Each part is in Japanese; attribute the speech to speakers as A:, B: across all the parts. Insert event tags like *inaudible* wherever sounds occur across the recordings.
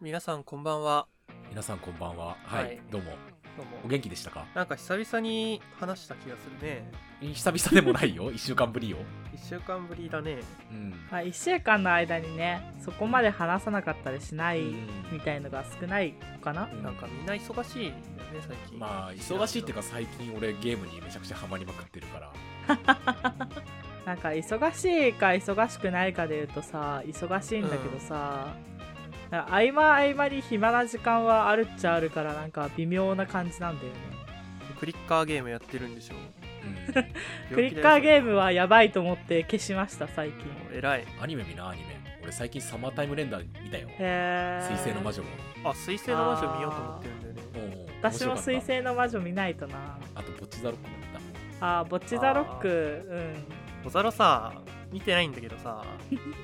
A: 皆さんこんばんは
B: 皆さんこんばんは。はい、
A: はい
B: どうも。
A: どうも
B: お元気でしたか
A: なんか久々に話した気がするね
B: 久々でもないよ。1週間 *laughs* ぶりよ。
A: 1週間ぶりだね
B: うん。
C: まあ、1週間の間にねそこまで話さなかったりしないみ
B: う
C: たいのが少ないかな、
B: ん
A: なんかみんな忙しいよね最近
B: まあ、忙しいっていうか最近俺ゲームにめちゃくちゃハマりまくってるから。
C: なんか忙しいか忙しくないかで言うとさ忙しいんだけどさ、なんか合間合間に暇な時間はあるっちゃあるからなんか微妙な感じなんだよね
A: クリッカーゲームやってるんでしょ
B: うん。
C: クリッカーゲーム
A: は
C: はやばいと思って消しました最近
A: 偉い
C: *laughs*
B: アニメ見な、アニメ。俺最近サマータイムレンダー見たよ。
C: へ
B: 水星
C: ー
B: の魔女も。
A: あ水星の魔女見ようと思ってるんだよね
B: おうおう
C: 私も
B: 面白かっ
C: 水
B: た
C: 星の魔女見ないとな
B: あと、ぼっちザロックも見た。
C: あーボッチザロックうん
A: 小猿さ見てないんだけど
C: *laughs*
A: さ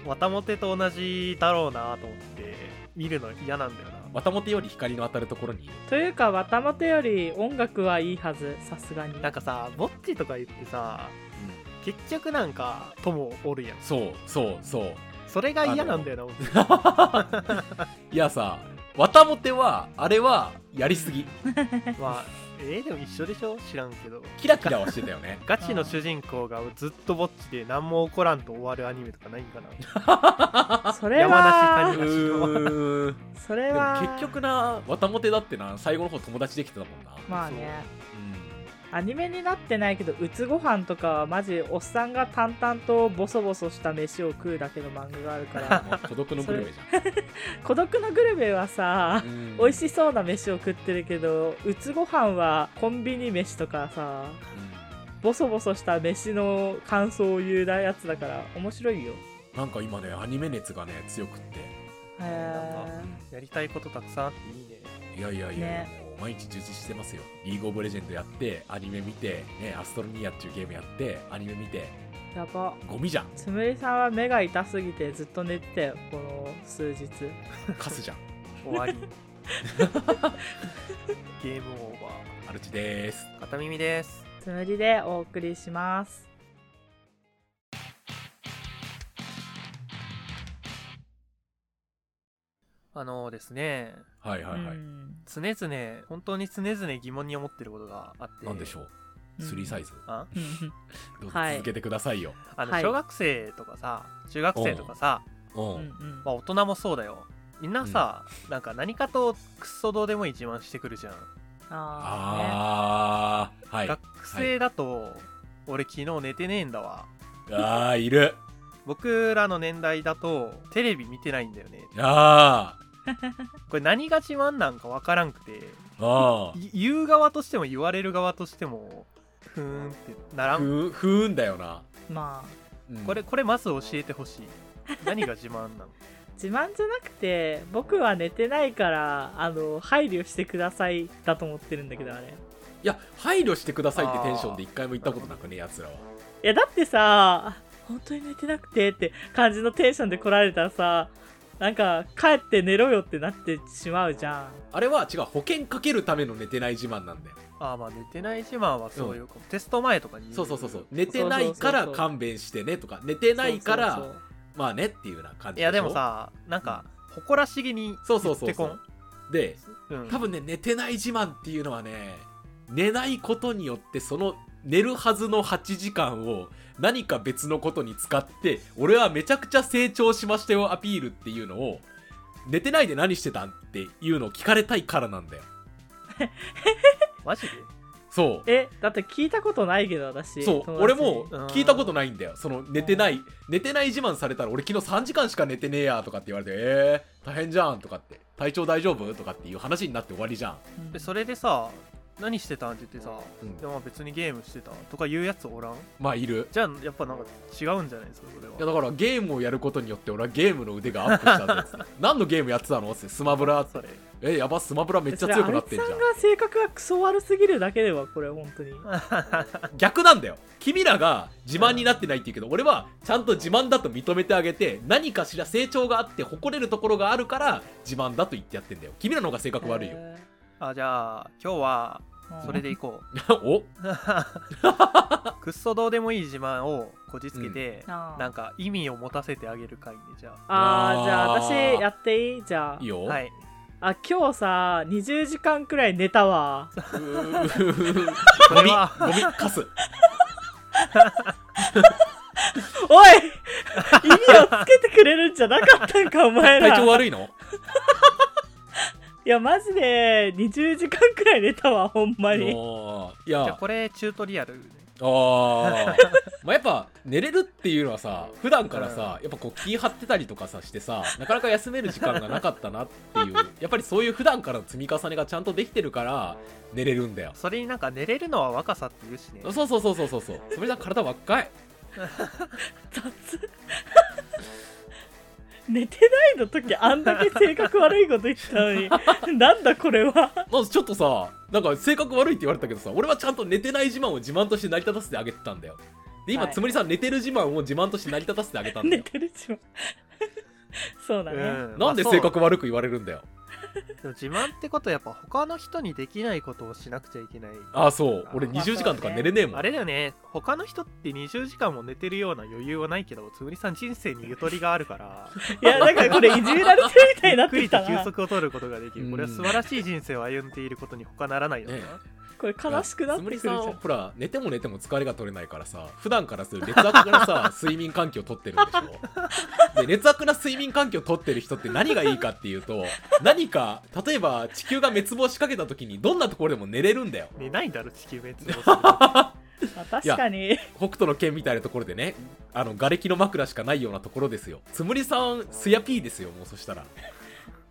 A: 綿モテと同じだろうなと思って見るの嫌なんだよな
B: 綿モテより光の当たるところにいる。
C: というか綿元より音楽はいいはずさすがに
A: なんかさぼっちとか言ってさ結局なんか友おるやん
B: そう、そう、そう。
A: それが嫌なんだよな僕
B: いやさ、綿モテは、あれは、やりすぎ。
A: まあえーでも一緒でしょ知らんけど
B: キラキラはしてたよ
C: *laughs*
B: ね。
A: ガチの主人公がずっとぼっちで何も起こらんと終わるアニメとかないんか
C: *laughs*
A: な
C: それ
A: 山
B: う
A: 梨
C: は
A: 谷
B: ーん。
C: それ
B: でも
C: は
B: 結局な綿モテだってな最後の方友達できてたもんな、
C: まあね
B: う
C: アニメになってないけどうつご飯とかはマジおっさんが淡々とボソボソした飯を食うだけの漫画があるか
B: ん *laughs*
C: ら
B: まあ孤独のグルメじ
C: 孤独のグルメはさ
B: ゃん、うん
C: *laughs* 美味しそうな飯を食ってるけどうつご飯はコンビニ飯とかさ
B: うん
C: ボソボソした飯の感想を言うやつだから面白いよ
B: なんか今ねアニメ熱がね強くって、
C: へ
A: やりたいことたくさんあっていいね
B: いやいやいや、もう
C: ね
B: 毎日充実してますよリーグオブレジェンドやってアニメ見て、ね、アストロニアっていうゲームやってアニメ見て
C: えやば
B: ゴミじゃ
C: *laughs*
B: ん
C: つむりさんは目が痛すぎてずっと寝てたよこの数日
B: カスじゃん
A: 終
C: *laughs*
A: わりゲームオーバ
B: アルチです
A: ー片耳です
C: つむりでお送りします
A: あのですね
B: はいはいはい、
C: うん
A: 常々本当に常々疑問に思ってることがあって
B: なんでしょう3サイズ、
A: あ
C: うん
B: どうぞ
C: はい
B: 続けてくださいよ、
A: あの
C: はい
A: 小学生とかさ中学生とかさ、
B: うん
C: うんうん
A: まあ、大人もそうだよみんなさ、なんか何かとクソどうでもいい自慢してくるじゃん、
C: あ
B: ああはい
A: 学生だと、俺昨日寝てねえんだわ
B: あーいる
A: 僕らの年代だとテレビ見てないんだよね
B: あー
A: これ何が自慢なんかわからんくて
B: あー
A: い言う側としても言われる側としてもふーんってならん
B: ふふーんだよな、
C: ーねまあ
B: うん
A: これこれまず教えてほしい何が自慢なの *laughs*
C: 自慢じゃなくて僕は寝てないからあの配慮してくださいだと思ってるんだけどあれ
B: いや配慮してくださいってテンションで一回も言ったことなくねやつらはい
C: やだってさ本当に寝てなくてって感じのテンションで来られたらさなんか帰って寝ろよってなってしまうじゃん
B: あれは違う保険かけるための寝てない自慢なんだよ、
A: ああまあ寝てない自慢はそういうかも、テスト前とかに言
B: そうそうそうそう寝てないから勘弁してねとか寝てないから
C: そうそう
B: まあねっていうような感じ
A: い
B: しょ
A: やでもさなんか誇らしげに言
B: そうそう
A: っ
B: そう
A: てこ
B: そ
A: ん
B: うで
A: うん
B: 多分ね寝てない自慢っていうのはね寝ないことによってその寝るはずの8時間を何か別のことに使って俺はめちゃくちゃ成長しましたよアピールっていうのを寝てないで何してたんっていうのを聞かれたいからなんだよ
A: マジで
B: そう
C: そうえだって聞いたことないけど私
B: そう
C: 友達に
B: 俺も聞いたことないんだよその寝てない寝てない自慢されたら俺昨日3時間しか寝てねえやとかって言われてえー、大変じゃんとかって体調大丈夫とかっていう話になって終わりじゃん、
C: うん
A: でそれでさ何してたんって言ってさ、
B: うん
A: いやまあ別にゲームしてたとか言うやつおらん
B: まあいる
A: じゃあやっぱなんか違うんじゃないですかそれはい
B: やだからゲームをやることによって俺はゲームの腕がアップした
C: *laughs*
B: ぜつって何のゲームやってたのってスマブラって
A: それ
B: えやばスマブラめっちゃ強くなってんじ
C: それあいつさんが性格がクソ悪すぎるだけではこれ本当
A: *laughs*
C: に
B: ゃん逆なんだよ君らが自慢になってないって言うけど俺はちゃんと自慢だと認めてあげて何かしら成長があって誇れるところがあるから自慢だと言ってやってんだよ君らの方が性格悪いよ
C: へ
A: あじゃあ今日はそれでいこ
B: *laughs* お
A: うくっそどうでもいい自慢をこじつけて、
C: あ
A: なんか意味を持たせてあげる会ねじゃ
C: あーじゃあ
B: あー
C: 私やっていいじゃあ
B: いいよ
A: あ
B: *laughs*
A: はい
C: あ今日さ20時間くらい寝たわ
B: うー
A: こ
B: ゴ
A: れ
B: ミ
A: は
B: ゴミカス
C: おい *laughs* 意味をつけてくれるんじゃなかったんかお前ら
B: *laughs* 体調悪いの
C: いやマジで20時間くらい寝たわほんまに
B: おーい
A: じゃあ
B: や
A: これチュートリアルね
B: あーまあやっぱ寝れるっていうのはさ普段からさやっぱこう気張ってたりとかさしてさなかなか休める時間がなかったなっていうやっぱりそういう普段からの積み重ねがちゃんとできてるから寝れるんだよ
A: それになんか寝れるのは若さっていうしね
B: そうそうそうそうそうそうそれじゃ体若い
C: 雑寝てないの時あんだけ性格悪いこと言ってた
B: *laughs*
C: のになんだこれは
B: まずちょっとさなんか性格悪いって言われたけどさ俺はちゃんと寝てない自慢を自慢として成り立たせてあげてたんだよで今、
C: はい
B: つむりさん寝てる自慢を自慢として成り立たせてあげたんだ
C: *laughs* 寝
B: よ
C: てるしもそうだね、
A: う
B: なんで
A: まあそ
B: 性
A: う
B: 格悪く言われるんだよ
A: でも自慢ってことはやっぱ他の人にできないことをしなくちゃいけない
B: ああそう俺
A: あ
C: まあ
B: 20時間とか寝れねえもん、
A: あれだよね他の人って20時間も寝てるような余裕はないけどつむりさん人生にゆとりがあるから
C: いやなんかこれいじめられてるみたいに
A: ゆ
C: な
A: っ
C: っ
A: く
C: て
A: り
C: き
A: と
C: た
A: 休
C: な
A: 息を取ることができ
B: う
A: る
B: ん
A: これは素晴らしい人生を歩んでいることに他ならないよな、
B: ね
C: これ悲しくなってくるじ
B: つむ
C: ゃ
B: り
C: ん
B: さんほら寝ても寝ても疲れが取れないからさ普段からする劣悪なさ
C: *laughs*
B: 睡眠環境をとってるんでしょで劣悪な睡眠環境をとってる人って何がいいかっていうと何か例えば地球が滅亡しかけた時にどんなところでも寝れるんだよ
A: 寝ないだろ地球滅亡する
C: まあ確かに
B: 北斗の剣みたいなところでねあの瓦礫の枕しかないようなところですよつむりさんすやピーですよもうそしたら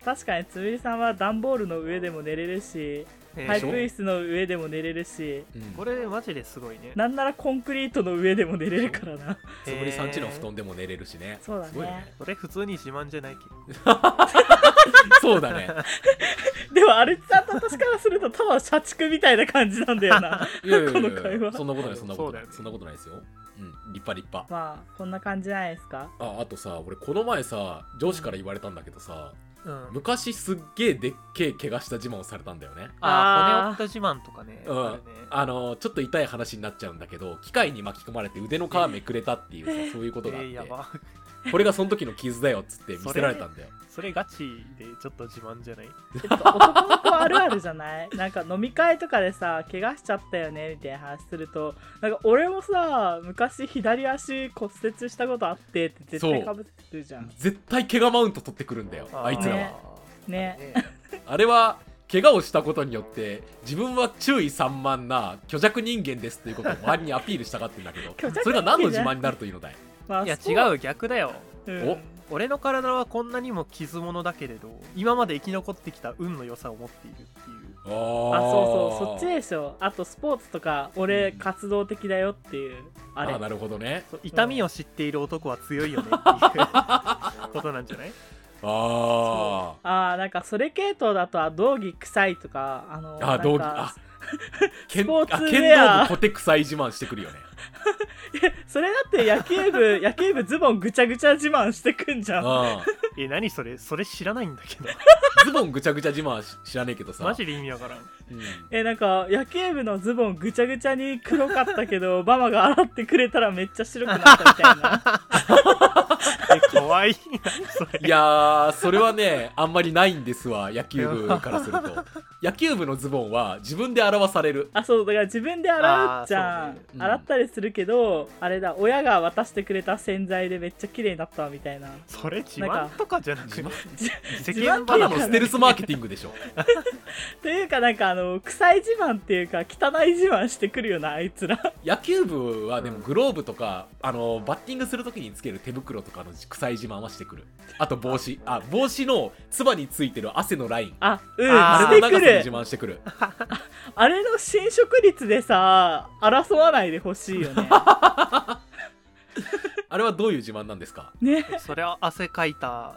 C: 確かにつぶりさんは段ボールの上でも寝れるし *laughs*
A: ね
C: パイ
B: しょ
C: プ椅子の上でも寝れるし
B: うん
A: これマジですごいね
C: なんならコンクリートの上でも寝れるからな
B: つむりさんちの布団でも寝れるしね
C: *laughs* そうだね
B: すごいよね
A: それ普通に自慢じゃないけど
B: そうだね
C: でもあれちゃんと私からするとただ社畜みたいな感じなんだよ *laughs* な
B: いやいやいやいや
C: この会話
B: そんなことないそんなこ
A: そう
B: とない
A: だよね
B: そんなことないですようん立派立派
C: まあこんな感じじゃないで
B: *laughs*
C: すか
B: ああとさ俺この前さ上司から言われたんだけどさ
A: うん
B: 昔すっげえでっけえ怪我した自慢をされたんだよね
A: あー骨
C: あー
A: 折った自慢とかね,、
B: うん
A: あるね
B: あのちょっと痛い話になっちゃうんだけど機械に巻き込まれて腕の皮めくれたっていうさそういうことがあっ
A: え
B: て、
A: ーやば *laughs*
B: これがその時の傷だよっつって見せられたんだよ
A: それガチでちょっと自慢じゃない
C: ちょっと男の子あるあるじゃないなんか飲み会とかでさ怪我しちゃったよねみたいな話するとなんか俺もさ昔左足骨折したことあってって絶対かぶってくるじゃん
B: 絶対怪我マウント取ってくるんだよ
A: ー
B: あいつらは、
C: ねね
B: あれは怪我をしたことによって自分は注意散漫な虚弱人間ですっていうことを周りにアピールしたがってんだけど
C: 虚弱人間
B: それが何の自慢になるというのだい
C: まあ
A: いや
C: そう
A: 違う逆だよ
C: うん
B: お
A: 俺の体はこんなにも傷物だけれど今まで生き残ってきた運の良さを持っているっていう
B: あ
C: あそう
B: ー
C: そうそっちでしょあとスポーツとか俺
B: うん
C: 活動的だよっていうあ
B: あ
C: れ
B: なるほどね
A: そう痛みを知っている男は強いよねっていう
B: *laughs*
A: ことなんじゃない
B: ああ
C: あーなんかそれ系統だとは道着臭いとかあの
B: あ道着
C: なん
B: あ
C: か
B: 剣
C: スポーツ
B: あ
C: ウェア
B: 剣道部コテ臭い自慢してくるよね
C: それだって野球部野球部ズボンぐちゃぐちゃ自慢してくんじゃん
B: う
A: え何それそれ知らないんだけど
B: んズボンぐちゃぐちゃ自慢し知らねえけどさ
A: マジで意味わからん
B: うん
C: えなんか野球部のズボンぐちゃぐちゃに黒かったけどママが洗ってくれたらめっちゃ白くなったみたいな
A: え怖い何それ
B: いやーそれはねあんまりないんですわ野球部からすると野球部のズボンは自分で表される
C: あそうだから自分で洗うじゃ
A: あーそ
C: ん、
A: うね
B: うん
C: 洗ったりするけどあれだ親が渡してくれた洗剤でめっちゃ綺麗になったわみたいな
A: それ自
C: なん
A: 慢
C: か
A: とかじゃなくて
C: 自
A: 世
C: 自慢
A: 間
B: ただ
A: 話
B: のステルスマーケティングでしょ
C: というかなんかあの臭い自慢っていうか汚い自慢してくるよなあいつら
B: 野球部はでも
A: うん
B: グローブとか、あのバッティングするときにつける手袋とかの臭い自慢はしてくるあと帽子あ帽子のつばについてる汗のライン
C: あうん
A: あー
B: あれ
C: して
B: の
C: く
B: 長さに自
C: る
B: 慢してくる
C: あれの侵食率でさ争わないでほしいよ *laughs* ね
B: あれはどういう自慢なんですか
C: ね
A: それは汗かいた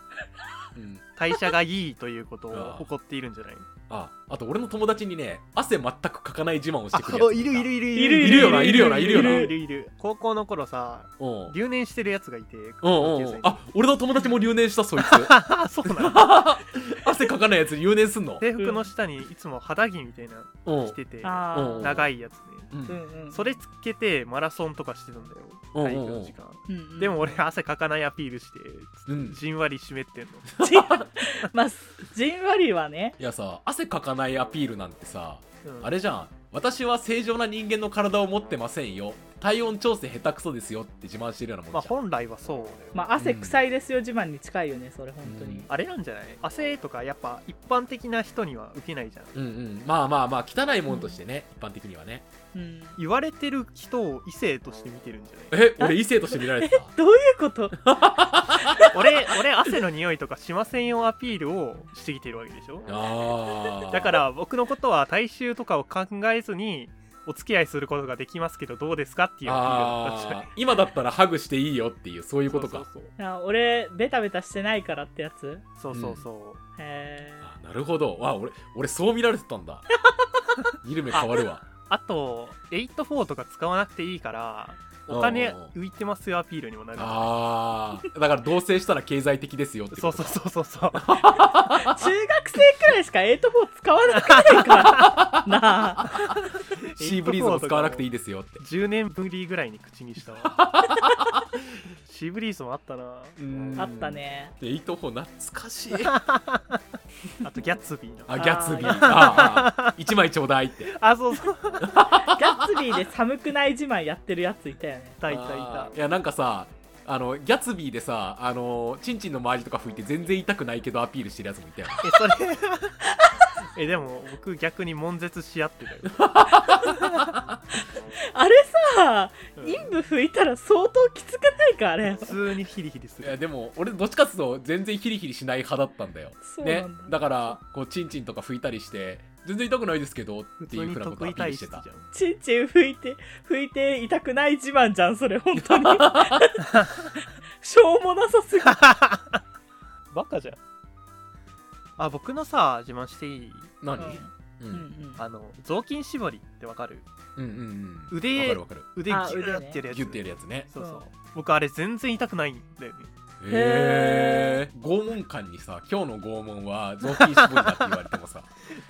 B: うん、
A: 代謝がいいということを
B: あー
A: 誇っているんじゃない
B: ああと俺の友達にね汗全くかかない自慢をしてくる
A: あ
B: やつ
A: いるいるいるい
C: いる
A: る
B: いるよないるよないるよない
A: るいる高校の頃さ
B: うんうん
A: 留年してるやつがいて
B: うんうんあ俺の友達も留年し
A: *laughs*
B: たそいつ
A: あ *laughs* そうなの
B: 汗かかないやつ留年すんの
A: 制服の下にいつも肌着みたいな
B: うん
A: の着てて
C: ああ
A: 長いやつね
B: う
C: うんんうん
A: それつけてマラソンとかしてたんだよ
B: うんうん
A: 体育の時間
C: うんうん
A: でも俺汗かかないアピールして
B: うん
A: じんわり湿ってんの
C: *laughs* じんまあじんわりはね
B: いやさ汗かかないアピールなんてさ
A: うん
B: あれじゃん私は正常な人間の体を持ってませんよ体温調整下手くそですよって自慢してるような
A: まあ
B: もんじゃん、
A: 本来はそうだよ
C: まあ汗臭いですよ自慢に近いよねそれ本当に、
A: あれなんじゃない汗とかやっぱ一般的な人には受けないじゃん
B: うんうんまあまあまあ汚いもんとしてね、一般的にはね
C: うん
A: 言われてる人を異性として見てるんじゃない
B: え俺異性として見られて
A: *laughs*
B: た
C: どういうこと *laughs*
A: 俺俺汗の匂いとかしませんよアピールをしてきてるわけでしょ
B: あー
A: だから僕のことは体臭とかを考えずにお付き合いすることができますけどどうですかっていうアピールだったんじゃな
B: あ
A: い
B: ー *laughs* 今だったらハグしていいよっていうそういうことか
A: そう
C: あ俺ベタベタしてないからってやつ
A: そうそうそうそう
C: へえ
B: あなるほどわ俺俺そう見られてたん *laughs* だ見る目変わるわ
A: あと84とか使わなくていいからお金
B: うんうん
A: 浮いてますよアピールにもなる
B: あーだから同棲したら経済的ですよって
A: そ
B: こ
A: う
B: と
A: そう
B: か
A: そうそうそう
B: *laughs*
C: 中学生くらいしか8-4使わなくない *laughs* からなあ
B: シーブリーズも使わなくていいですよって
A: 10年ぶりぐらいに口にしたわ
B: *laughs*
A: シーブリーズもあったな
B: うん
C: あったね
B: でいとこ懐か *laughs* しい
A: あとギャッツビーな
B: あギャツビー *laughs* あ
C: あ
B: ああ一枚ちょうだいって
A: あそうそう
C: ギャッツビーで寒くない自慢やってるやついたよね
A: いたいたい
B: あーいやなんかさあのギャツビーでさあのチンチンの周りとか拭いて全然痛くないけどアピールしてるやつもいたよ
A: たえそれ *laughs* えでも僕逆に悶絶し合ってたよ
C: あれさ
A: うん
C: 陰部拭いたら相当きつくないかあれ
A: 普通にヒリヒリす
B: いや
A: る
B: でも俺どっちかっていうと全然ヒリヒリしない派だったんだよ
C: そう
B: ね
C: なんだ、
B: だからこうチンチンとか拭いたりして全然痛くないですけど
A: 普
B: って
A: 通
B: いう
A: に
B: ふうなこと
A: 得
B: をア
A: 意体
B: ピールし
A: 質
B: て
A: じゃ
B: た
A: ん
C: チンチン拭いて拭いて痛くない自慢じゃんそれ本 *laughs* 当にしょうもなさすぎ
A: *laughs* バカじゃんあ僕のさ自慢していい
B: 何、う、
C: うんん
A: あの雑巾絞りってわかる
B: うんうんうん
A: 腕
B: わかるわかる
A: 腕ギ
C: あ
A: ューってやるやつ
B: ギュッてやるやつね
A: そうそう僕あれ全然痛くないんだよね
B: へえ拷問官にさ今日の拷問は雑巾絞りだって言われても
C: *laughs*
B: さ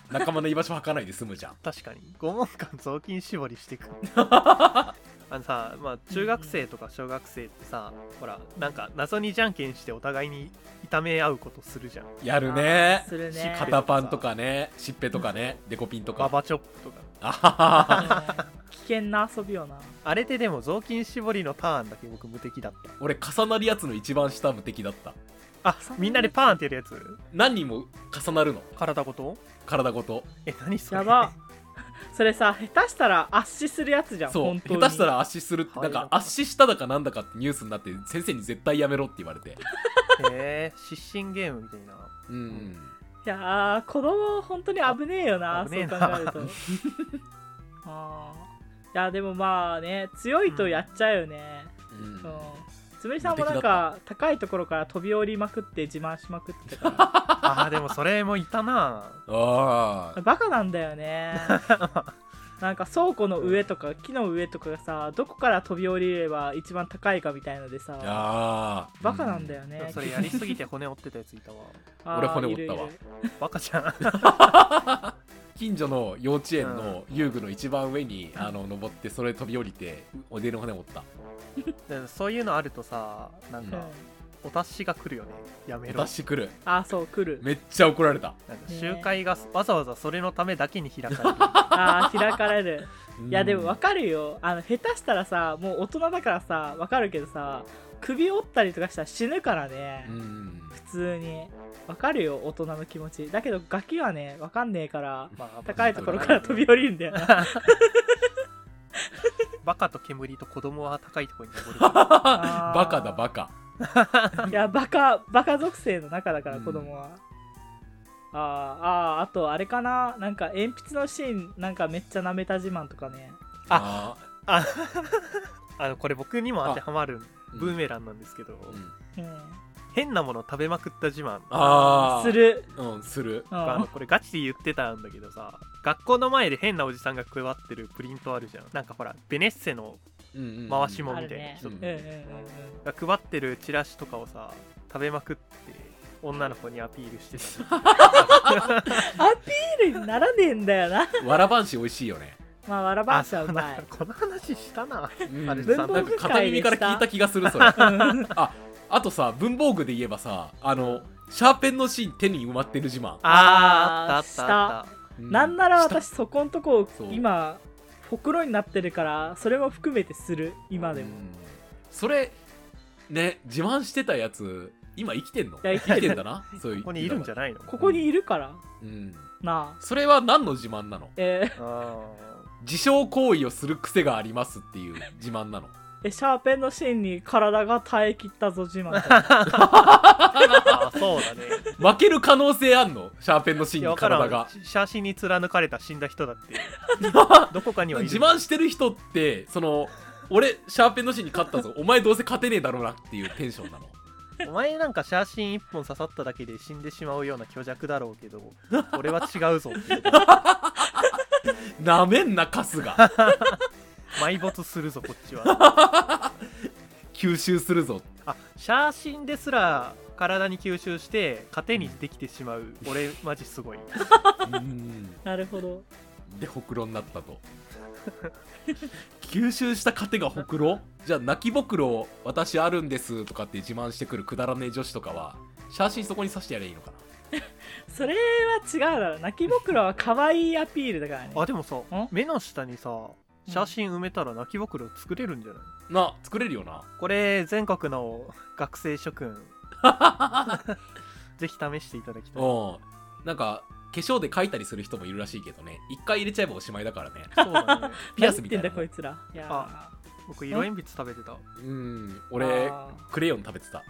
B: 仲間の居場所吐かないで済むじゃん
A: 確かに5問間雑巾絞りしてくあのさ、まあ、中学生とか小学生ってさ、ほらなんか謎にじゃんけんしてお互いに痛め合うことするじゃん
B: やるね
C: するね
B: 肩パンとかねしっぺとかねデコピンと
A: バ
B: か
A: バチョップとか
B: あははは
C: 危険な遊びよな
A: あれででも雑巾絞りのターンだけ僕無敵だっ
B: 俺重なるやつの一番下無敵だった
A: たあ
C: そんな
A: みんなでパーンってやるやつ
B: 何人も重なるの
A: 体ごと
B: 体ごと
A: え何それ
C: やばそれさ下手したら圧死するやつじゃん
B: そう
C: 本当
B: 下
C: に
B: 手したら圧死するって
A: はい
B: なんか圧死しただかなんだかってニュースになって先生に絶対やめろって言われて
A: へえ失神ゲームみたいな
B: うん
C: いやー子供本当に危ねえよな
A: 危
C: そ
A: ねえ
C: う考
A: な
C: えるとあーいやでもまあね強いとやっちゃうよね
B: うん
C: うんつむりさんもなんか高いところから飛び降りまくって自慢しまくってたか
A: あーでもそれもいたな
B: あ
C: らバカなんだよねなんか倉庫の上とか木の上とかがさどこから飛び降りれば一番高いかみたいので
B: あ
C: さ
B: あ
C: バカなんだ
B: よ
C: よね
A: それやりすぎて骨折ってたやついたわ
C: あー
B: 俺骨折ったわ
C: いるいる
A: バカじゃん
B: 近所の幼稚園の遊具の一番上にあの登ってそれ飛び降りておでの骨折った
A: で *laughs* そういうのあるとさなん
B: う
C: うん
A: か
C: ん
A: お達しが来るよねやめろ
B: 私来る
C: あそう
B: *laughs*
C: 来る
B: めっちゃ怒られた
A: なんか集会がわざわざそれのためだけに開か
C: あー開かれる
B: うん
C: いやでも分かるよあの下手したらさもう大人だからさ分かるけどさ首折ったりとかしたら死ぬからね、
B: うん
C: 普通に分かるよ大人の気持ちだけどガキはね分かんねえから
A: れる、まあ、
C: 高いところから飛び降りるんだよな
A: *laughs* バカと煙と子供は高いところに登
C: *laughs*
A: るから
C: あ
B: *laughs*
C: ー
B: バカだバカ
C: いやバカバカ属性の中だから
B: うん
C: 子供は、あーあーあとあれかななんか鉛筆のシーンなんかめっちゃ舐めた自慢とかね
B: あ
A: ああのこれ僕にも当てはまる
B: うん
A: ブーメランなんですけど、
B: うん
C: うん
A: 変なもの食べまくった自慢
B: ああ
C: する
B: うんする
C: う
A: あの
C: ん
A: これガチで言ってたんだけどさ学校の前で変なおじさんが配ってるプリントあるじゃんなんかほらベネッセの回しもみたいな人
B: うんうん
C: うんうんうん
A: が配ってるチラシとかをさ食べまくって女の子にアピールしてたの
C: アピールにならねえんだよな
B: わらばんし美味しいよね、
C: まあわらばんしはうまい
A: この話したな
B: うん、
A: あ
B: なん
A: れ
B: か
A: 文房具
B: 片耳から聞いた気がするそれ
C: うん
B: あとさ文房具で言えばさあのシャーペンの芯手に埋まってる自慢、
A: あーあ
C: あー
A: ったあったあっ
B: うん
C: なんなら私そこんとこ
B: そう
C: 今ほくろになってるからそれも含めてする今でも、
B: うんそれね自慢してたやつ今生きてんの
C: いや
B: 生
C: 生
B: き
C: き
B: て
C: てる
B: んだなそういう
A: たここにいるんじゃ
B: な
A: ないの
C: ここにいるから
B: い、うん、
C: なあ
B: それは何の自慢なの
C: えー
A: あ
B: 自傷行為をする癖がありますっていう自慢なの
C: えシャーペンの芯に体が耐えきったぞ自慢
A: *laughs*
B: *laughs*
A: ーあーそう *laughs* だね
B: 負ける可能性あんのシャーペンの
A: い
B: 芯
A: や
B: に
A: 分から
B: 体
A: ん
B: が
A: 写真に貫かれた死んだ人だ *laughs* ってどこかにはいる
B: 自慢してる人ってその俺シャーペンの芯に勝ったぞお前どうせ勝てねえだろうなっていうテンションなの
A: お前なんか写真一本刺さっただけで死んでしまうような虚弱だろうけど俺は違うぞ
B: なめんな春 *laughs* 日
A: 埋没するぞこっちは
B: 吸収するぞ
A: あ写真ですら体に吸収して糧にできてしまう俺マジすごい
B: うん
C: なるほど
B: でほくろになったと吸収した糧がほくろじゃあ泣きぼくろ私あるんですとかって自慢してくるくだらねえ女子とかは写真そこに刺してやればいいのかな
C: それは違うだろ泣きぼくろは可愛いアピールだからね
A: あでもさ
C: ん
A: 目の下にさ写真埋めたら泣き袋作れるんじゃない
B: な作れるよな
A: これ全国の学生諸君ぜひ試していただきたいそう
B: うんなんか化粧で描いたりする人もいるらしいけどね一回入れちゃえばおしまいだからね
A: だね
B: *laughs* ピアスみたいな
C: 何言ってんだこいつらいやー
A: あ僕色鉛筆食べてた
B: うん俺
C: あ
B: クレヨン食べてた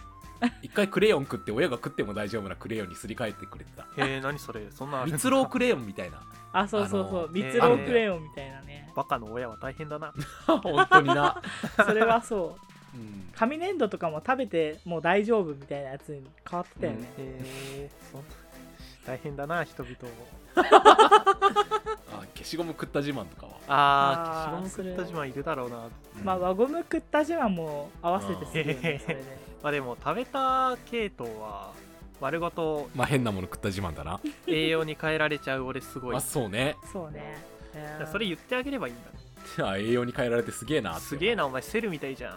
B: 一回クレヨン食って親が食っても大丈夫なクレヨンにすり替えてくれてた
A: へえ何それそんなあるんだ
B: 蜜ろうクレヨンみたいな
C: ーあそうそうそ
B: あ
C: う
B: の
C: 蜜ろうクレヨンみたいなね
A: バカの親は大変だな
B: *laughs* 本当にな、
C: それはそう
B: うん、
C: 紙粘土とかも食べてもう大丈夫みたいなやつに変わってたよね、
A: へえそんな大変だな人々も
B: あ消しゴム食った自慢とかは
A: あ
C: あ
A: あ
C: ー
A: 消しゴム食った自慢いるだろうな
B: うん
C: まあ輪ゴム食った字はもう合わせてするよ
A: うん
C: ねそれで
A: まあでも食べた系統は丸ごと
B: まあ変なもの食った自慢だな。
A: 栄養に変えられちゃう俺すごい
B: あそうね。
C: *laughs* そうねえー
A: それ言ってあげればいいんだね
B: あ栄養に変えられてすげえなって。
A: すげえ。なお前セルみたいじゃ
B: *laughs*
A: ん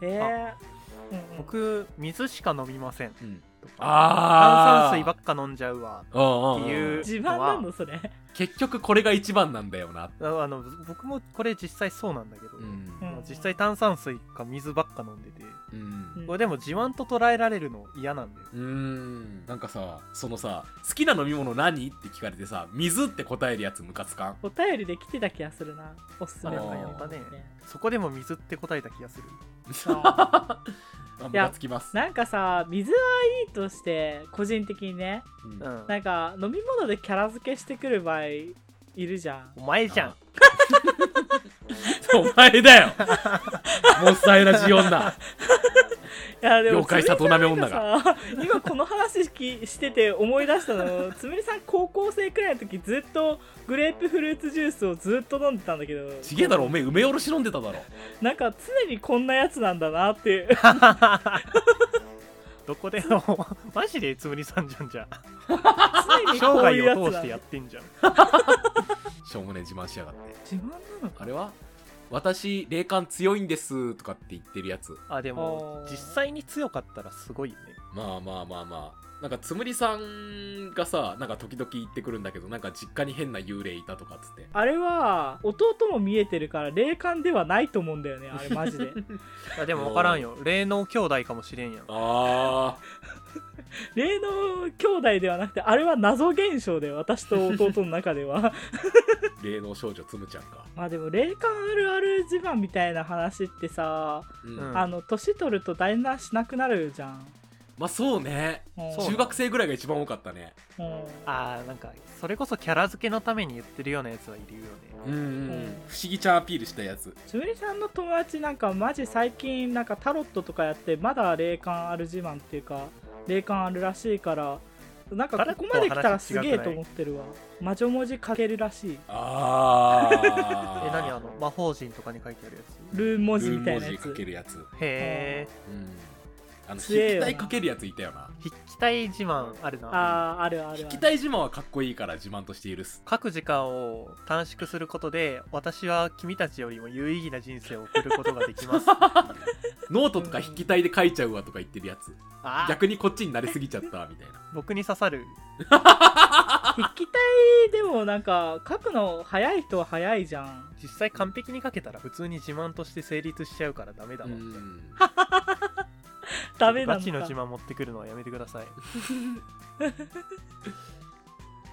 C: えーうんうん
A: 僕水しか飲みません
B: うん。
A: とか
B: あ
A: 炭
B: あ。
A: 酸水ばっか飲んじゃうわ
B: っ
A: っていう
C: 自慢なのそれ *laughs*
B: 結局これが一番なんだよな。
A: ああの僕もこれ実際そうなんだけど、
B: うん
C: うん
A: 実際炭酸水か水ばっか飲んでて
B: うん。
A: これでも自慢と捉えられるの嫌なんだよ
B: うーん。なんかさ、そのさ、好きな飲み物何って聞かれてさ、水って答えるやつムカつかん。
C: お便りで来てた気がするなおすすめの
B: あーやった
A: ねそこでも水って答えた気がする
C: あ
B: *laughs* あム
C: いや
B: カつきます。
C: なんかさ水はいいとして個人的にね
B: うん
A: うん
C: なんか飲み物でキャラ付けしてくる場合いるじゃん
A: お前じゃん
B: あ *laughs* お前だよ。もうさえらしい女。
C: いやでも
B: 妖怪里
C: な
B: 舐
C: め
B: め女
C: が今この話きしてて思い出したのつむりさん高校生くらいの時ずっとグレープフルーツジュースをずっと飲んでたんだけど
B: ちげえだろ、おめえ梅おろし飲んでただろ。
C: なんか常にこんなやつなんだなっ
B: *laughs*
C: ていう
A: *laughs* どこでも *laughs* マジでつむりさんじゃんじゃあ
C: 常にこ
A: 生
C: うい
A: 涯
C: うや
A: を
C: つ
A: 通し
C: なん
A: てや
C: だ
A: ってんじゃん
B: しょうもねえ自慢しやがって。
C: 自慢なのか
B: あれは私霊感強いんですとかって言ってるやつ
A: あでも
C: あー
A: 実際に強かったらすごいよね
B: まあまあまあまあなんかつむりさんがさなんか時々言ってくるんだけどなんか実家に変な幽霊いたとかっつって
C: あれは弟も見えてるから霊感ではないと思うんだよねあれマ
B: *laughs*
C: ジで
A: あでも分からんよ霊能兄弟かもしれんやん
B: あ
C: 霊能兄弟ではなくてあれは謎現象で私と弟の中では
B: ー霊能少女つむちゃんか、
C: まあでも霊感あるある自慢みたいな話ってさ、
B: うん
A: うん
C: あの年取るとだんだんしなくなるじゃん
B: まあそうね
C: うん
A: そう
B: 中学生ぐらいが一番多かったね
C: うん
A: あーなんかそれこそキャラ付けのために言ってるようなやつはいるよね
B: うん、うん、不思議ちゃんアピールしたやつ
C: つむりさんの友達なんかマジ最近なんかタロットとかやってまだ霊感ある自慢っていうか霊感あるらしいからなんかここまで来たらすげえと思ってるわ魔女文字書けるらしい
B: あ
A: *laughs* え
B: あ
A: 何あの魔法陣とかに書いてあるやつ
C: ルーン文字
B: ルー
C: み
B: ン
C: たい
B: 文
C: なや
B: 字かけ
C: つ
B: るやつうん
A: へえ
B: あの
C: 強え
B: 筆
C: よな
B: 体かけるやついたよな
A: 筆記体自慢あるな
C: あーあるある
B: 引
C: あ
B: き
C: る
B: 体自慢はかっこいいから自慢としているっす
A: 書く時間を短縮することで私は君たちよりも有意義な人生を送ることができます
B: ノートとか引き体で書いちゃうわとか言ってるやつ
A: *laughs* あー
B: 逆にこっちに慣れすぎちゃったみたいな
A: 僕に刺さる
C: 筆記体でもなんか書くの早い人は早いじゃん
A: 実際完璧に書けたら普通に自慢として成立しちゃうからダメだわ、
B: うん
C: ダメ
A: ガ
C: なの
A: チの自
C: か
A: 慢持ってくるのはやめてください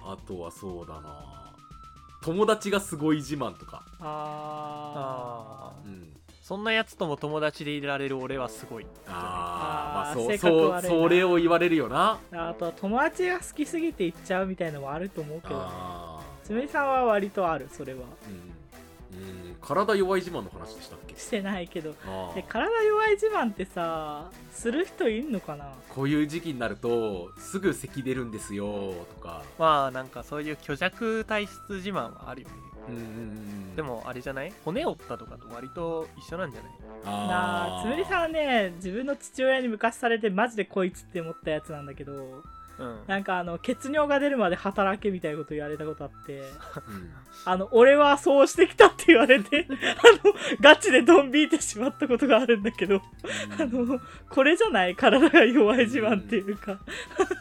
B: あとはそうだな友達がすごい自慢とか、
C: あ
A: あー
B: うん、
A: そんなやつとも友達でいられる俺はすごい
B: あーまあ
C: あー
B: そう
C: 性格
B: そう
C: 悪いな
B: それを言われるよな
C: ーあとは友達が好きすぎて行っちゃうみたいのもあると思うけどね
B: あ
C: つむりさんは割とあるそれは
B: ーうん、うん、体弱い自慢の話でしたっけ
C: してないけど
B: あ
C: で
B: ー
C: 体弱い自慢ってさする人いんのかな
B: こういう時期になるとすぐ咳出るんですよとか、
A: まあなんかそういう虚弱体質自慢はあるよね
B: うんうんうん、
A: でもあれじゃない骨折ったとかと割と一緒なんじゃない
C: なあつむりさん
B: ん
C: はね自分の父親に昔されてマジでこいつって思ったやつなんだけど
A: うん
C: なんかあの血尿が出るまで働けみたいなこと言われたことあって
B: うん
C: あの俺はそうしてきたって言われて *laughs* あのガチでドン引いてしまったことがあるんだけど *laughs* あのこれじゃない体が弱い自慢っていうか *laughs*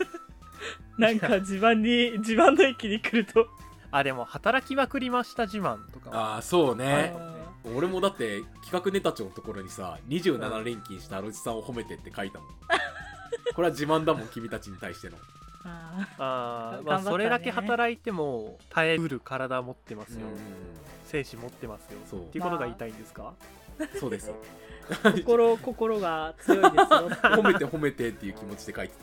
C: なんか自慢に自慢の域に来ると
A: あでも働きまくりました自慢とかは
B: ああそうね
C: あの
B: 俺もだって企画ネタ帳のところにさ27連勤したロジさんを褒めてって書いたもんこれは自慢だもん君たちに対しての
C: あ
A: あーまあ
C: 頑張ったね
A: それだけ働いても耐えうる体持ってます
B: う
A: よ、
B: ん
A: 精神持ってますよ
B: そう
A: っていうことが言いたいんですか、
B: そうです
C: ー心心が強いですよ *laughs* って
B: 褒めて褒めてっていう気持ちで書いて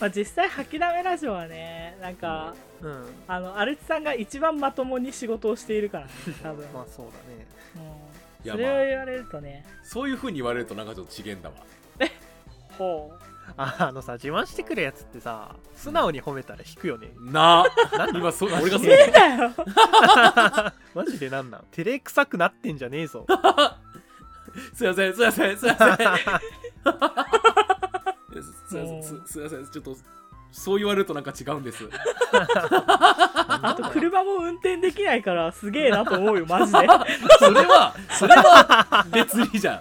C: まあ、実際吐きだめラジオはねなんか、
A: うん
C: あのアルチさんが一番まともに仕事をしているからね多分、
A: まあそうだね
C: うん
B: や
C: それを言われるとね
B: たそういうふうに言われるとなんかちょっと資源だわ
C: ほ
A: ああ *laughs* のさ自慢してくるやつってさ素直に褒めたら引くよね、 *laughs*
B: なあ
A: なんだ
B: 今そう俺がそ
C: う
B: う
C: 見えたよ
A: マジでなんなん照れくさくなってんじゃねえぞ *laughs*
B: すいませんすいませんすいませんすいませんすすいませんちょっとそう言われるとなんか違うんです
C: あと車も運転できないからすげえなと思うよマジ *laughs* で
B: それはそれは別にじゃん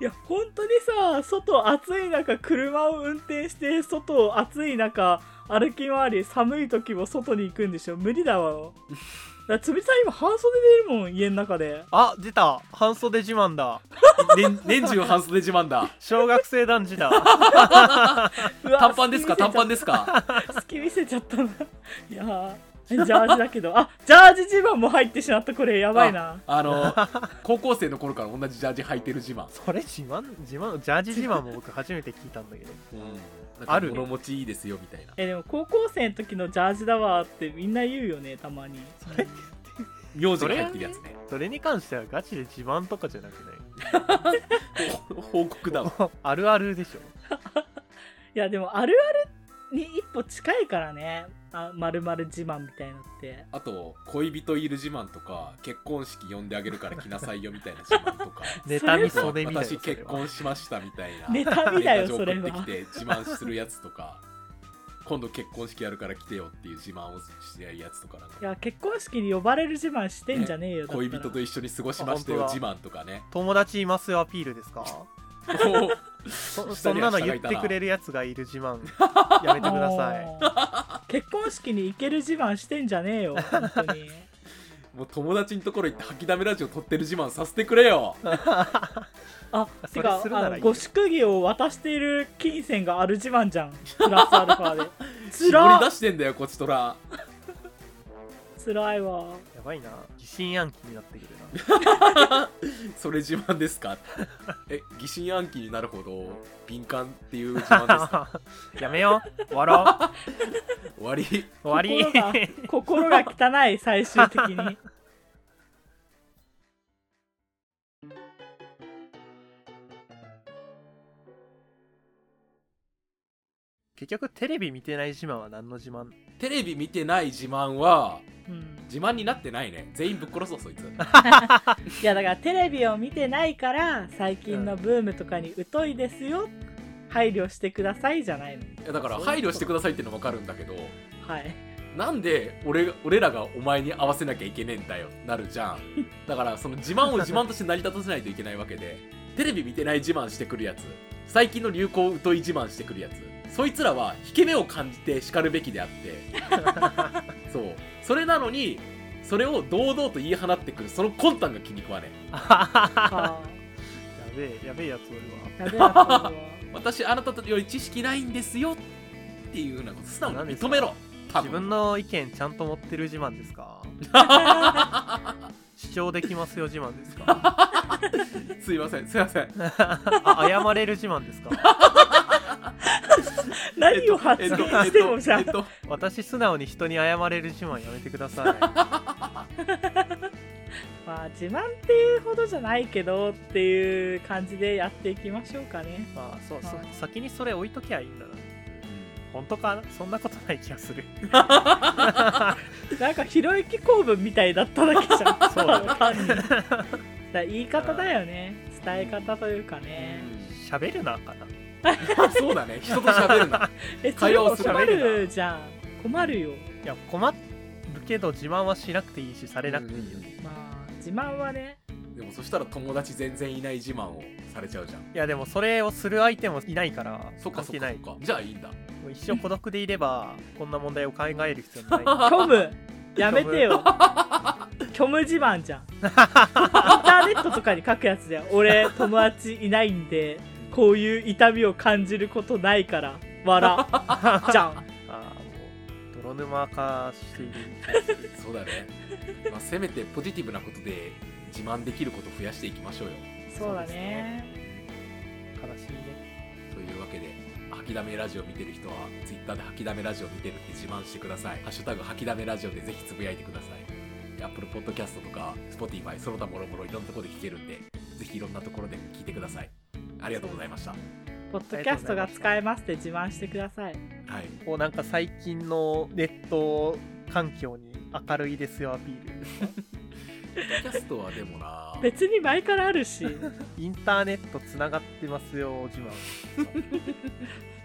C: いや本当にさ外暑い中車を運転して外暑い中歩き回り寒い時も外に行くんでしょ無理だわ *laughs* だからつみさん今半袖でいるもん家の中で
A: あ出た半袖自慢だ
B: 年年中半袖自慢だ
A: 小学生男児だ
C: うわ
B: 短パンですか
C: 隙
B: 短パ
C: 見せちゃった
B: ンですか
C: 好き見せちゃったな。 *laughs* いやー。ジャージだけど、あジャージ自慢も入ってしまった、これやばいな。
B: あの *laughs* 高校生の頃から同じジャージ履いてる自慢、
A: *laughs* それ自慢自慢ジャージ自慢も僕初めて聞いたんだけど
B: うん、
A: あるね
B: 物持ちいいですよみたいな
C: え、でも高校生の時のジャージだわーってみんな言うよね、たまに。
A: それ
B: 名字が入ってるやつね
A: それに関してはガチで自慢とかじゃなくない
B: ほ報告だわ
A: *laughs* あるあるでしょ
C: いや、でもあるあるに一歩近いからね。あ、まるまる自慢みたいのって。
B: *laughs* あと恋人いる自慢とか結婚式呼んであげるから来なさいよみたいな自慢 *laughs* とか
A: 妬み袖みたいな
B: 私結婚しましたみたいな
C: 妬みだよ、
B: ネタ
C: それ
B: 送っ
C: は
B: て。きて自慢するやつとか今度結婚式やるから来てよっていう自慢をしてやるやつとかなん
C: い
B: か
C: や、結婚式に呼ばれる自慢してんじゃねえよ、だったら
B: 恋人と一緒に過ごしましたよ
A: あ
B: 自
A: 本当
B: 慢とかね
A: 友達いますよアピールですかそそんなの言ってくれるやつがいる自慢やめてくだ *laughs* さい
C: い。 *laughs* 結婚式に行ける自慢してんじゃねえよ、本当に。
B: もう友達のところ行って吐きだめラジオ撮ってる自慢させてくれよ
C: あ、
A: それ
C: てか
A: するなら
C: あ
A: いいよ
C: のご祝儀を渡している金銭がある自慢じゃん。プラスアルファで。つ
B: 絞り
C: ら
B: 出してんだよこっちとら
C: 辛いわ
A: やばいな疑心暗鬼になってくるな
B: それ自慢ですかえ疑心暗鬼になるほど敏感っていう自慢
C: *laughs*
B: ですか
A: やめよう終わろう
B: 終わり
A: 終わり
C: 心が心が汚い最終的に
A: 結局テレビ見てない自慢は何の自慢
B: テレビ見てない自慢は
C: うん
B: 自慢になってないね全員ぶっ殺そうそいつ
C: いやだからテレビを見てないから最近のブームとかに疎いですよ配慮してくださいじゃないの
B: いやだか
A: そういうこ
B: ら
A: と
B: 配慮してくださいっての分かるんだけど
C: はい
B: なんで俺が俺らがお前に合わせなきゃいけねえんだよなるじゃんだからその自慢を自慢として成り立たせないといけないわけでテレビ見てない自慢してくるやつ最近の流行疎い自慢してくるやつそいつらは引け目を感じて叱るべきであってそうそれなのにそれを堂々と言い放ってくるその魂胆が気に食わねえ
C: あ
A: やべえやべえやつおるわ
C: あやべえなこれは
B: 私あなたより知識ないんですよっていうようなこと素直に認めろ多分
A: 自分の意見ちゃんと持ってる自慢ですか主張できますよ自慢ですか
B: すいませんすいません
A: あ謝れる自慢ですか
C: 何を発
B: えっ
C: 言
B: と
C: してもじゃ
B: えっ
C: ん
B: とえっと
A: 私素直に人に謝れる自慢やめてくださ
C: まあ自慢っていうほどじゃないけどっていう感じでやっていきましょうかね
A: いまあそうそう
C: はい
A: 先にそれ置いときゃいいんだな本当かなそんなことない気がする
C: なんかひろゆき公文みたいだっただけじゃん
A: そうだね
C: 単 *laughs* にだから言い方だよね伝え方というかね
A: 喋るなかな
B: うんそうだね人と喋るな
C: えそ
B: 会
C: れも
B: 話を
C: 困
B: する上で
C: るじゃん困るよ
A: *laughs* いや困るけど自慢はしなくていいしされなくていいよ、
B: うん
A: い
C: まあ自慢はね
B: でもそしたら友達全然いない自慢をされちゃうじゃん
A: やでもそれをする相手もいないから
B: そっか
A: 関
B: そっ
A: 係ない
B: かそっかじゃあいいんだ
A: もう一生孤独でいれ
B: *laughs*
A: ばこんな問題を考える必要ない
C: 虚無やめてよ虚無自慢じゃんインターネットとかに書くやつだよ俺友達いないんでこういう痛みを感じることないから笑じゃん
A: ああもう泥沼化している
B: そうだね、まあ、せめてポジティブなことで自慢できることを増やしていきましょうよ
C: そう
A: そ
C: だ
A: うです
C: ね
A: 悲しいね
B: というわけで吐きだめラジオ見てる人は Twitter で吐きだめラジオ見てるって自慢してください「ハッシュタグ吐きだめラジオ」でぜひつぶやいてください Apple Podcast とか Spotify その他もろもろいろんなところで聞けるんでぜひいろんなところで聞いてくださいありがとうございました
C: ポッドキャストが使えますって自慢してください
B: はい
A: こうなんか最近のネット環境に明るいですよアピール
B: ポッドキャストはでもな
C: 別に前からあるし
A: インターネットつながってますよ自慢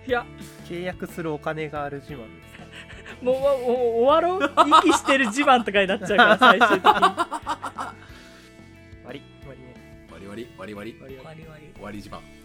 C: いや
A: 契約するお金がある自慢です
C: もうもうもう終わろう息 *laughs* してる自慢とかになっちゃうから最終的に
A: 割り割りね
B: 割り割り割り割り
A: 割り割り
B: 終わり自慢